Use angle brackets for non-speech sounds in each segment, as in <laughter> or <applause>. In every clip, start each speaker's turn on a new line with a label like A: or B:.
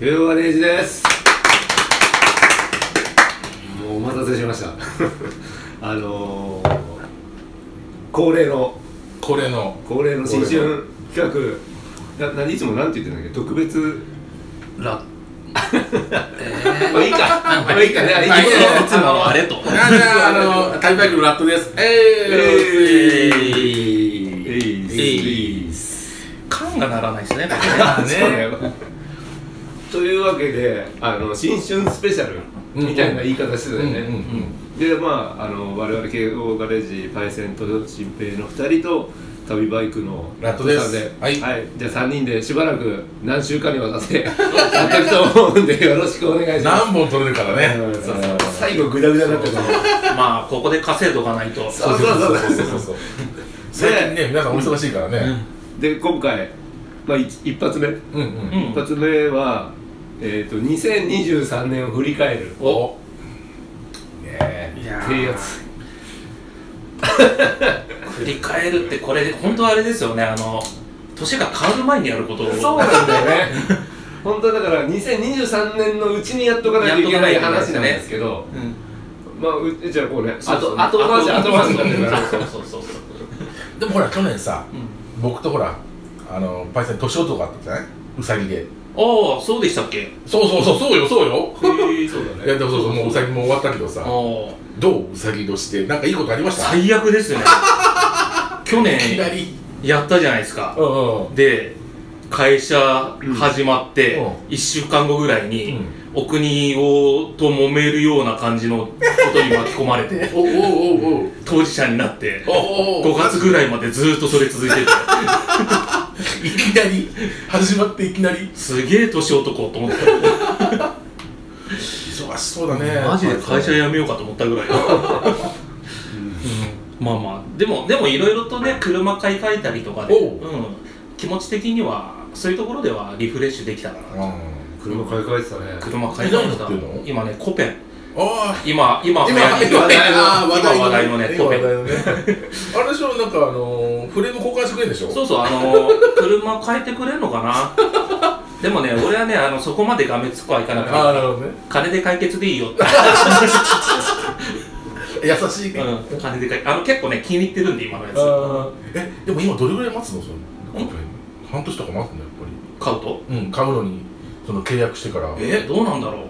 A: 平和レイジですもうお待たせしました <laughs> あのー、恒例の
B: これの
A: 恒例の新春企画な何いつもなんて言ってんだっけ特別
C: ラ
A: まあ
B: <laughs>
A: いいかまあいいかね
B: まあいいや
A: あ
B: や
A: の
C: いつものあれと
B: あじゃああの旅バイクのラットです
A: え
B: えー
A: ー
C: え
A: えい
C: えい缶がならない <laughs> ですねこれね
A: あ
B: <laughs>
A: そうだよというわけであの新春スペシャルみたいな言い方してたよね、
B: うんうん
A: でまああの我々慶応ガレージパイセンと新平の2人と旅バイクの
B: ラットです
A: さんでは
B: はい
A: じゃあ3人でしばらく何週間にわたってやっていくと思うんでよろしくお願いします
B: 何本取れるからね
A: うん最後グダグダになったけ
C: ま
A: ど
C: あここで稼いとかないと
A: そうそうそうそう
B: そうそう最近ね皆さんお忙しいからね
A: で今回、まあ、一一発目、
B: うんう
C: うんん
A: 一発目は、えー、と2023年を振り返る
B: おね
C: いや
A: っ
C: ー
A: ていうやつ
C: 振り返るってこれ本当あれですよねあの年が変わる前にやることを
A: そうなんだよね本当はだから2023年のうちにやっとかないといけない話なんですけど
C: うん
A: まあうじゃあこうね
C: そうそう
A: 後後回し後回しになってるから
C: そうそうそうそう
B: でもほら去年さ
C: うん
B: 僕とほらあのパイセン年男あったじゃないうさぎで
C: ああそうでしたっけ
B: そうそうそうそうよそうよ
A: そうだね
B: いやでもそうそうもううさぎも終わったけどさ
C: ああ
B: どううさぎ年ってなんかいいことありました
C: 最悪ですよね去
B: いきな
C: 年
B: り
C: やったじゃないですか
B: うんうん
C: で会社始まって
B: うん
C: 1週間後ぐらいに、
B: うん
C: お国をと揉めるような感じのことに巻き込まれ
B: <laughs>
C: て
B: おおおおお
C: 当事者になって
B: お
C: 5月ぐらいまでずっとそれ続いてて
B: いきなり始まっていきなり
C: すげえ年男と思っ
B: 忙しそうだね
C: たマジで会社辞めようかと思ったぐらいまあまあでもでもいろいろとね車買い替えたりとかで、
B: おう
C: うん、気持ち的にはそういうところではリフレッシュできたかな
B: うん
A: 車買い替えてたね
C: 車買い替えました
B: 何乗ってんの
C: 今ねコペン
B: ああ
C: 今 <laughs> 今
B: 今
C: 流行り
B: 今
C: の
B: あー
C: 今話題のね
B: 今
C: コペ
B: 話
C: ン
B: 題のね <laughs> あれでしょなんかあのーフレーム交換してくれるんでしょ
C: そうそう、あのー、車変えてくれるのかな <laughs> でもね、俺はね、あのそこまでがめつくはいかなく
B: ああ
C: て、
B: なるほどね
C: 金で解決でいいよって、
B: 優しいね
C: うん、金で解決あの結構ね、気に入ってるんで、今のやつ、
B: あーえでも今どれぐらい待つのそれ半年とか待つんだやっ
C: 買うと。
B: ぱりうん買うのにその契約してから
C: えどうなんだろう。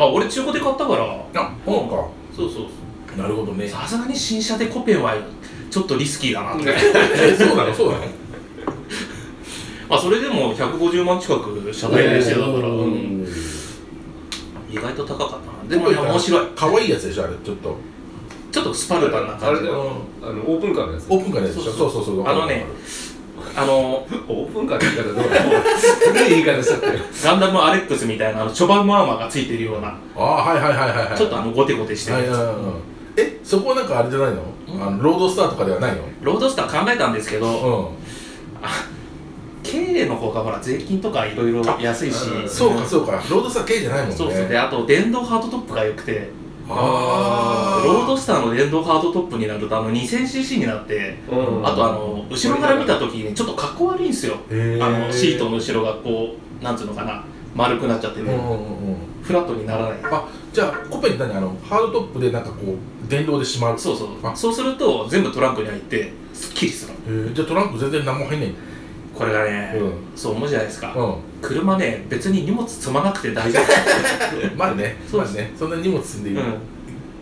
C: あ、俺、中古で買ったから、
B: あそうか
C: そう <laughs> そう
B: なるほどね
C: さすがに新車でコペンはちょっとリスキーだなって、
B: えそうなのそうなの <laughs>
C: まあ、それでも150万近く車体でしてたから、うん意外と高かったな、でもね、面白い、
B: 可愛いやつでしょあれちょっと
C: ちょっとスパルタな
A: あ
C: 感
A: れ
C: じ
A: だ
C: の、
A: よあのオープンカーのやつ
B: オープンカーのやつでしょ
C: そ
B: そううそうそう
C: あのねあの
A: オープンカーって言い方どうだろう古い言い方しちゃったよ
C: ガンダムアレックスみたいなあのチョバウマーマーがついてるような
B: ああはいはいはいはいはい
C: ちょっとあのゴテゴテして
B: はい
C: る
B: は
C: や
B: い
C: つ
B: はいはいえそこはなんかあれじゃないのあのロードスターとかではないの
C: ロードスター考えたんですけど
B: う
C: 経営の方がほら税金とかいろいろ安いし
A: あうん
B: んそうかそうかロードスター系じゃないもんね
C: そうですねあと電動ハードトップが良くてロ
B: あー
C: ードスターの電動ハードトップになるとあの 2000cc になって
A: うん
C: あとあの後ろから見た時にちょっと格好悪いんですよ
B: へ
C: あ
B: ー
C: のシートの後ろがこうなんつうのかな丸くなっちゃって
B: うん
C: て、
B: うんうんうん
C: フラットにならない
B: あじゃあコペンって何あのハードトップでなんかこう電動でしまう
C: そうそ
B: あ
C: うそうすると全部トランクに入ってすっきりする
B: へーじゃあトランク全然何も入んない
C: これがね、
B: う
C: そう思うじゃないですか、
B: う
C: 車ね別に荷物積まなくて大丈夫、
B: んまあね
C: そう
B: まあねそんな荷物積んで
C: う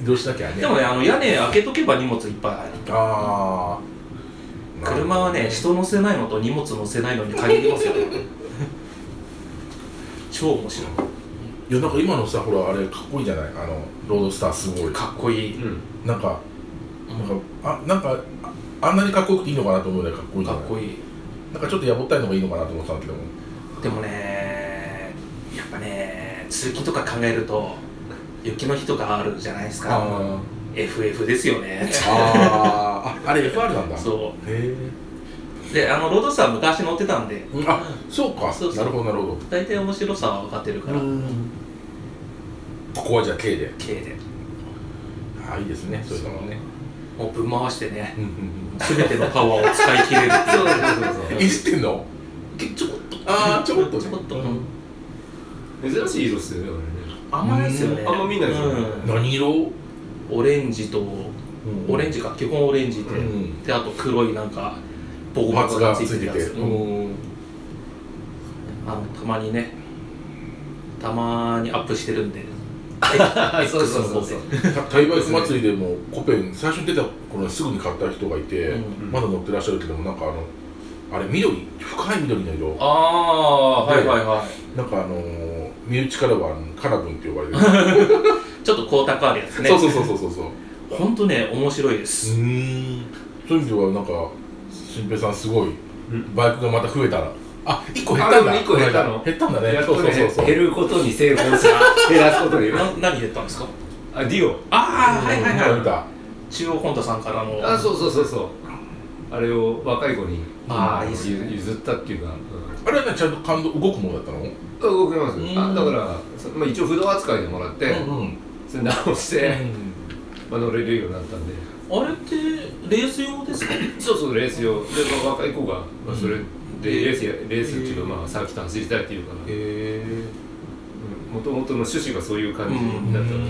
B: 移動しなきゃ
C: ん、
B: ね
C: でもねあの屋根開けとけば荷物いっぱい入る
B: ああ
C: 車はね人乗せないのと荷物乗せないのに限りますよ
B: <laughs>
C: 超面白
B: いやなんか今のさほらあれかっこいいじゃないあのロードスターすごい
C: いかっこいい、
A: うん
B: なんかなん
C: うん
B: かあなんかああんなにかっこよくていいのかなと思うぐらいかっこいいじゃ
C: か
B: な
C: っ
B: い
C: こいい
B: なんかちょっとやぼったいのがいいのかなと思ってたんだけども
C: でもねやっぱね通勤とか考えると雪の日とかあるじゃないですか
B: あ
C: FF ですよね
B: あーああれ FR なんだう
C: そ
B: へ
C: うであのロードスター昔乗ってたんで
B: えあそうか
C: そうそう
B: なるほどなるほ
C: 大体面白さは分かってるから、
B: どここはじゃあ K で
C: K で
B: ああいいですねそういうのもね
C: もうぶん回してね
B: うんうん
C: 全てのパワーを使い切れるって
A: そうそうそうそう
B: うんいじってんの
C: いう <laughs> ちょこっと
B: あーちょこっとね
C: ちょこっと、
B: うん
C: うん
A: 珍しい色っすよね
C: 甘いですよね
A: あんま見ないですよね
C: うん
B: 何色
C: オレンジとオレンジか基本オレンジで、
B: うん
C: であと黒いなんかボコ
B: お
C: ボ
B: 初
C: コ
B: が
C: が
B: つ
C: つ
B: い
C: いて
B: て
C: る
B: て
C: やつ、うん
B: うん
C: あのたまにねたまにアップして <laughs> るんで
A: あ
C: X の方で
B: 大バイク祭りでもコペン最初に出た頃にすぐに買った人がいて、
C: うん
B: まだ乗ってらっしゃるけどもなんかあのあれ緑深い緑の色
C: ああはいはいはい、
B: なんかあのー身内からはカナブンって呼ばれて
C: ちょっと光沢あるやつ
B: る、
C: <laughs> ね
B: そうそうそうそうそうそう
C: ほんとね面白いです、
B: んそういう意味ではなんか新平さんすごい
A: うん
B: バイクがまた増えたらあ一1個減ったんだ
A: あでも一個減ったの
B: 減ったんだ
A: や
B: ね
A: っ
B: そう
A: と
B: そうそう
A: ね
B: そう
A: 減ることに成功した減らすことに
C: な何減ったんですか
A: あディオ
C: ああはい
B: 見
C: はい
B: た見
C: は
B: た
C: い中央コンタさんからの
A: あそうそうそうそうあれを若い子に
C: あー
A: の
C: いいっすね
A: 譲ったっていうか、
B: あれはねちゃんと感動動くものだったの
A: 動きます
B: うん
A: あだからそまあ、一応不動扱いでもらって、
B: うん
A: それ直して、まあ、乗れるようになったんで
C: あれってレース用ですか
A: そうそうレース用で、まあ若い子が、まあ、それでレースやレースっていう
C: え
A: か、
C: ー
A: まあ、サーキット走りたいっていうから
B: え
A: もともとの趣旨がそういう感じだったから、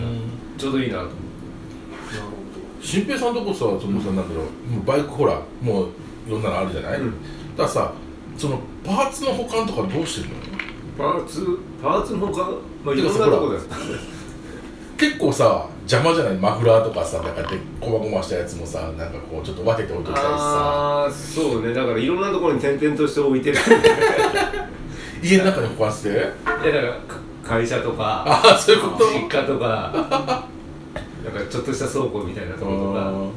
A: ちょうどいいなと思っ
C: な
A: て
C: るほ
B: 新平さんとこさそのさなんだろうもうバイクほらもういろんなのあるじゃない、
A: うん
B: だからさそのパーツの保管とかどうしてるの
A: パーツパーツのほかまあい
B: てか
A: ろんな
B: そこだ
A: とこです
B: 結構さ邪魔じゃないマフラーとかさなんかでこまごましたやつもさなんかこうちょっと分けて置いときたりさ
A: ああそうねだからいろんなところに点々として置いてるい
B: 家の中に保管して
A: やだからか会社とか
B: ああそういうこと
A: 実家とかなんかちょっとした倉庫みたいなところとか
B: うん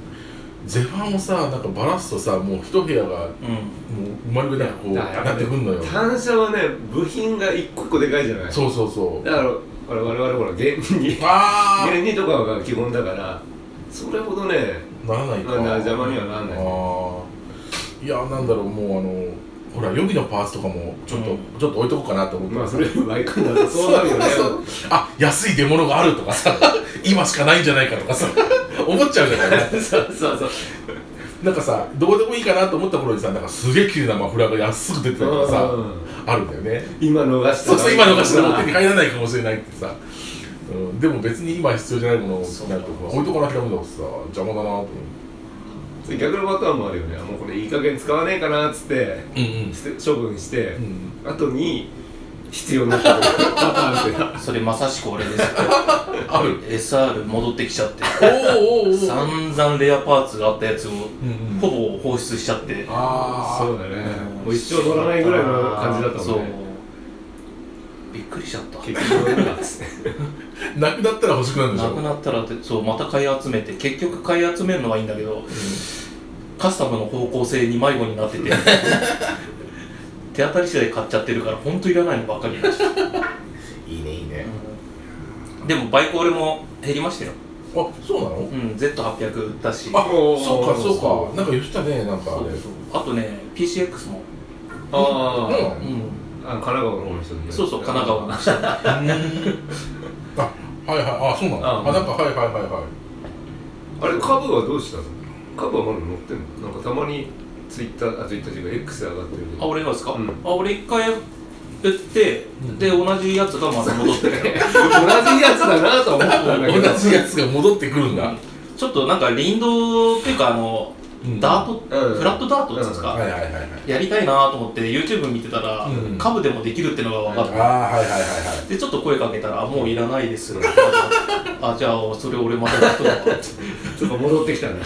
B: ゼファーもさなんかバラすとさもう一部屋が
C: ど
B: も
C: うん
B: う生まれぐらいこう
A: だから
B: なってくんの <laughs> よ
A: 単車はね部品が一個一個でかいじゃない
B: そうそうそう
A: だからほら我々ほら芸人に
B: あ
A: 芸人とかが基本だからそれほどね
B: あならないか
A: まあ邪魔にはならない
B: ああいやなんだろうもうあのほら予備のパーツとかもちょっと、
C: うん
B: ちょっと置いとこうかなと思って
A: まあ
B: ます、
A: それはバイクだとそうなるよね
B: そうあ安い出物があるとかさ <laughs> 今しかないんじゃないかとかさ <laughs> 思っちゃうじゃない
A: そうそうそう
B: なんかさどうでもいいかなと思った頃にさなんかすげえ急なマフラーが安く出てたりとかさ、
A: うん
B: あるんだよね
A: 今逃した
B: そうそう今逃したらもう手
A: ら
B: に入らないかもしれないってさ、うん、でも別に今必要じゃないものになると
C: そう
B: 置いとかなきゃダメだとさ邪魔だなと思って
A: 逆のパターンもあるよねもうこれいい加減使わねえかなっつって
B: うん
A: 捨て処分して、
B: うん
A: 後に必要になってくるパターンって <laughs>
C: それまさしく俺ですよ
B: ある
C: SR 戻ってきちゃって
B: おーおーおー
C: 散々レアパーツがあったやつを
B: うんうん
C: ほぼ放出しちゃって
B: ああ
A: そうだねもう一生乗らないぐらいの感じだったもんね
C: そうびっくりしちゃった
A: 結局乗らなかったっすね
B: なくなったら欲しくなるんでし
C: な
B: ょ
C: くなったらってそうまた買い集めて結局買い集めるのはいいんだけど、カスタムの方向性に迷子にな
B: <laughs>
C: ってて手当たり次第買っちゃってるから本当いらないのばっかりだし、
B: いいねいいね
C: でもバイク俺も減りましたよ、
B: あそうなの
C: うん、Z800 売ったし
B: あ
A: おー
B: そうかそう
A: そ
B: かなんか言ってたねなんか
C: そ
B: あ
C: う
B: れ
C: そうあとね PCX も、
A: あー、
B: う
C: うんん、
A: あ神奈川の方の人ね
C: そうそう神奈川の人
B: あはいはいあそうなの
A: あ
B: あなんかはいはいはいはい
A: あれ株はどうしたの株はまだ乗ってんのなんかたまにツイッターあツイッターというか X で上がってるけ
C: あ
A: ど
C: 俺がですか、
A: うん
C: あ俺一回売って、で同じやつがまた戻ってき
A: <laughs>
C: て
A: 同じやつだなとは思ったんだけど
B: 同じやつが戻ってくるんだ
C: ちょっとなんか林道っていうかあの、
B: うん
C: ダート、
A: うん
C: フラットダートっていうんですか、
B: はいはいはいはい
C: やりたいなと思って YouTube 見てたら、
B: うん
C: 株でもできるってのが分か
B: あ
C: っ
B: ー
C: て、
B: はいはいはいはい
C: でちょっと声かけたら「もういらないです」あじゃあそれ俺またやっとくわ」
A: ちょっと戻ってきたんだ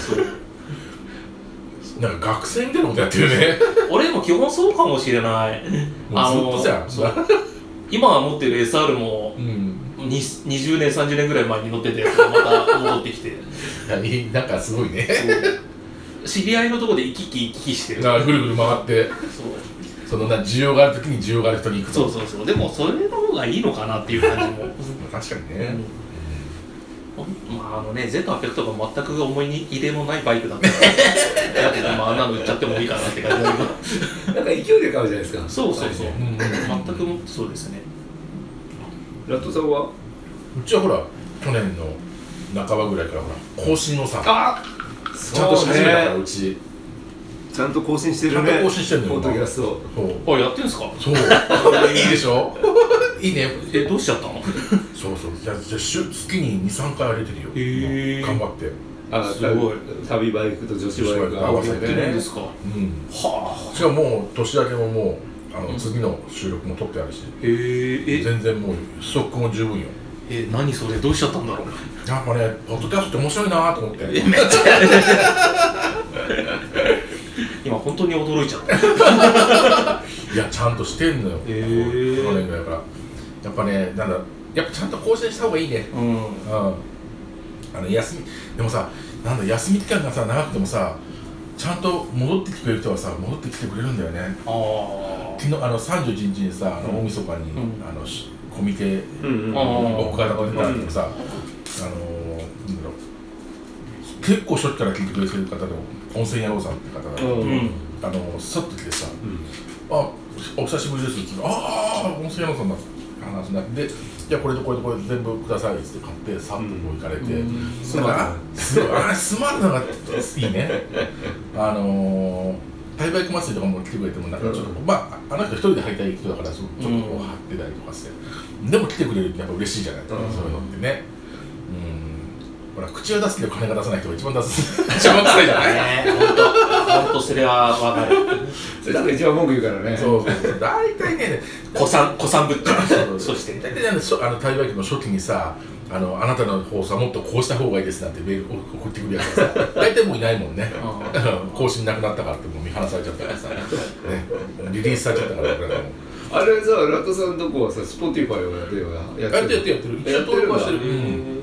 B: なんか学生みたいなことやってるね
C: 俺でも基本そうかもしれない
B: もうずっとじゃん
C: そう今持ってる SR も <laughs>
B: うん
C: に20年30年ぐらい前に乗ってたやつがまた戻ってきて
B: 何なんかすごいね
C: 知り合いのとこで行き来行き来してる
B: なんかぐるぐる回って
C: そう
B: そのな需要がある時に需要がある人に行くと
C: そうそうそうでもそれの方がいいのかなっていう感じも、
B: 確かにね
C: うんまああのね Z800 とか全く思いに入れのないバイクだった <laughs> からだけどまああんなの売っちゃってもいいかなって感じだけど
A: なんか勢いで買うじゃないですか
C: そうそうそう、
B: ん
C: 全くもってそうですね
A: ラットさんは
B: うちはほら去年の半ばぐらいからほら更新のさ
A: あ
B: ちゃんとし始めたからうち
A: ちゃんと更新して
B: ちゃ
A: る
B: んと
A: ね
B: 更新してんの
A: ポ
B: よ
A: ッドキャストを
B: そう
C: あやってんすか
B: そういいでしょいいね
C: えどうしちゃったの
B: そうそういやじゃあしゅ月に23回あげてるよ、
C: へー
B: 頑張ってう
A: あ
C: すごい
A: 旅旅バイクと女子バイク
B: 合わせ
C: やって
B: ね
C: るんですか
B: ん
C: はあ
B: しかももう年明けももうあの、
C: うん
B: 次の収録も撮ってあるし
C: へええ
B: 全然もうストックも十分よ
C: え何それどうしちゃったんだろう
B: やっぱねポッドキャストって面白いなと思って
C: えめっちゃ今本当に驚いちゃった
B: いやちゃんとしてんのよこ
C: へー
B: の年ぐらいからやっぱねなんだやっぱちゃんと更新した方がいいね
C: うん
B: うんあの休みでもさなんだ休み期間がさ長くてもさちゃんと戻ってきてくれる人はさ戻ってきてくれるんだよね
C: ああ
B: 昨日あの31日にさあの
C: うん
B: 大晦日に、
C: うん
B: あのしコミケ
A: うんうん
C: あー
B: 僕が出たんだけどさ、あのーなんだろう結構初期から聞いてくれてる方でも温泉野郎さんって方が、
A: うん
C: うん
B: あのーさっと来てさ
A: うん
B: あお久しぶりですって言うからああ温泉屋のさんだ話になってでじゃあこれとこれとこれ全部くださいっつって買ってさっとこう行かれて、
C: うん
B: だからすごいあれスマートなのがいいねあのー大バイク祭りとかも来てくれてもなんかちょっと、
A: う
B: まああの人一人で入りたい人だからちょっとこう
C: うん
B: 張ってたりとかして、でも来てくれるってやっぱ嬉しいじゃない、
A: ん
B: そういうのってねうんほら口は出すけど金が出さない人が一番出す <laughs> 一番辛いじゃない
C: ね本当本当それはわかる
A: それだから一番文句言うからね
B: そうそうそう大体ね
C: 子さん子さんぶっちゃうそして
B: 大体あのそあの対話期の初期にさあのあなたの放送はもっとこうした方がいいですなんてメールを送ってくるやつがさ大体もういないもんね
C: う
B: <laughs> 更新なくなったからってもう見放されちゃったからさ、ね、リリースされちゃったから僕らも
A: あれさラトさんとこはさスポティファイをやってるよなや
B: やってるやってる一応
A: やってる
B: 登録はしてる
A: うん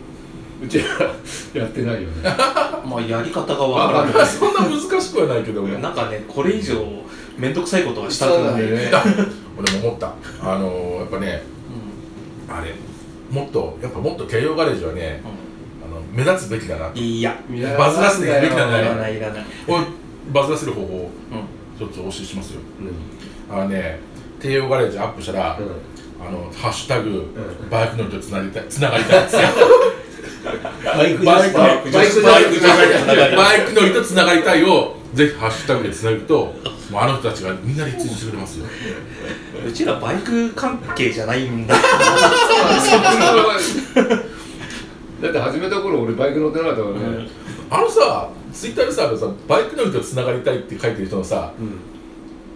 A: うちらやってないよね
C: まあやり方がわからない
A: わ
B: そんな難しくはないけども
C: なんかね、これ以上面倒くさいことはしたくない。
A: ね
B: あ俺も思ったあのやっぱねあれもっとやっぱもっと慶応ガレージはねあの目立つべきだな
C: うんいや、
A: いや
B: バズらせてやる気なん
C: い
B: だよ
C: らないいらない。
B: おいバズらせる方法を
C: う
B: 一つお教えしますよ
A: うん
B: あのね慶応ガレージアップしたら、
A: うん
B: あのハッシュタグ、
A: ん
B: バイク乗りとつながりたいつながりたいですよ
A: バイク
B: <laughs> バイク
A: バイク
B: バ
A: バ
B: イ
A: イ
B: ク
A: ク
B: バ
A: バ
B: イ
A: イ
B: ク
A: ク
B: バイク乗りとつながりたいをぜひハッシュタグでつなぐともうあの人たちがみんなリツイートしてくれますよ
C: んうちらバイク関係じゃないんだ。
A: だって始めた頃俺バイク乗ってなかったからね
B: あのさツイッターでさあのさバイク乗りとつながりたいって書いてる人のさ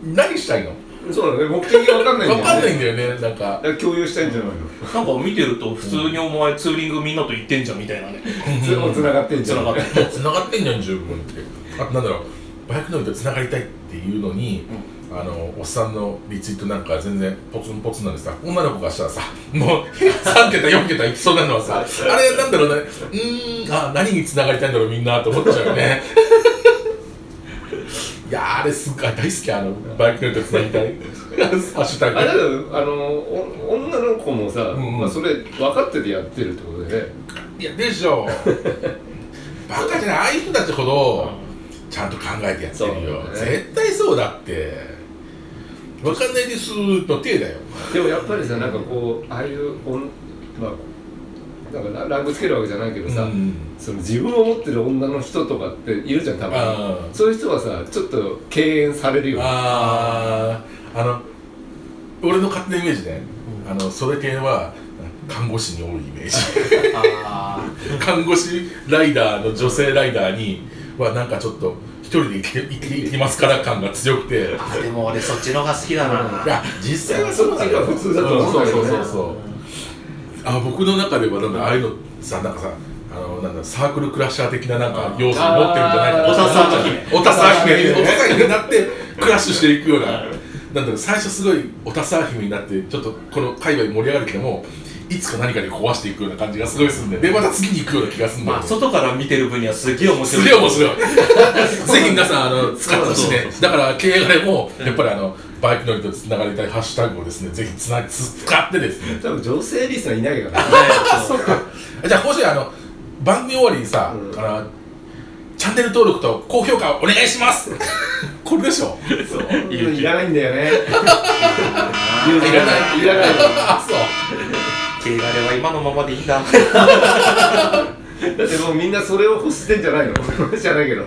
B: 何したいの
A: うんそうだね目的が分かんないんだよ
B: 分
A: ね
B: かんないんだよねなん
A: だ
B: か
A: から共有したいんじゃない
C: なんか見てると、普通にお前ツーリングみんなと行ってんじゃんみたいなね。
A: のもう繋がってんじゃ
C: 繋
A: ん
C: がって。
B: <laughs> つながってんじゃん十分ってあとなんだろうバイク乗りとつながりたいっていうのに、あのおっさんのリツイートなんか全然ポツンポツンなんでさ女の子がしたらさもう <laughs> 3桁4桁いきそうなのはさあれなんだろうねうーんあ何につながりたいんだろうみんなと思っちゃうよね <laughs> いやーあれすっごい大好きあのバイク乗りとつながりた <laughs> いハッシュタグ
A: あれだよあのお女の子もさ、
B: んうん
A: まあ、それ分かっててやってるってことでね
B: いやでしょバカじゃないああいう人たちほどちゃんと考えてやってるよ、
A: そうね
B: 絶対そうだってわかんないですの手だよ
A: でもやっぱりさなんかこうああいうおんまあなんかラランクつけるわけじゃないけどさ、
B: うん
A: その自分を持ってる女の人とかっているじゃん多
B: あ
A: 分そういう人はさちょっと敬遠されるよね
B: あーあの俺の勝手なイメージね、
C: うん
B: あのそれ系は看護師に多いイメージ <laughs>
C: あ
B: 看護師ライダーの女性ライダーにはなんかちょっと一人で生きて生き生きますから感が強くて
C: ーあー、でも俺そっちの方が好きだ
B: い
C: な。
B: や実際はそうなんだよ
A: そっちが普通だと思うんだけどね
B: そうそうそうそうあ僕の中ではなんだああいうのさなんかさあのなんだサークルクラッシャー的ななんか要素を持ってるんじゃないか
A: あー
C: おたさんの
B: お
C: 姫。
B: たさ姫おたさ姫にな <laughs> ってクラッシュしていくようななんだろう最初すごいおたさ姫になってちょっとこの界隈盛り上がるけどもいつか何かで壊していくような感じがすごいするんででまた次に行くような気がするんだ
C: ま
B: よ、
C: あ、外から見てる分にはすげえ面白
B: す
C: い。
B: げえ面 <laughs> 白いぜひ皆さんあの使ってほしい
C: そうそ
B: ね
C: うそう
B: だから経営がれもやっぱりあのバイク乗りとつながりたいハッシュタグをですねぜひつなつ使ってですね
A: 多分女性リスナーいないからね
C: そう
B: <laughs> じゃあもしあの番組終わりにさ、
A: うん
B: あのチャンネル登録と高評価お願いしますこれでしょ
A: いらないんだよねい
B: らない
A: いらない
B: <laughs> あそう
C: 毛がれは今のままでいいんだ。
A: <laughs> だってもうみんなそれを欲してんじゃないの知らないけど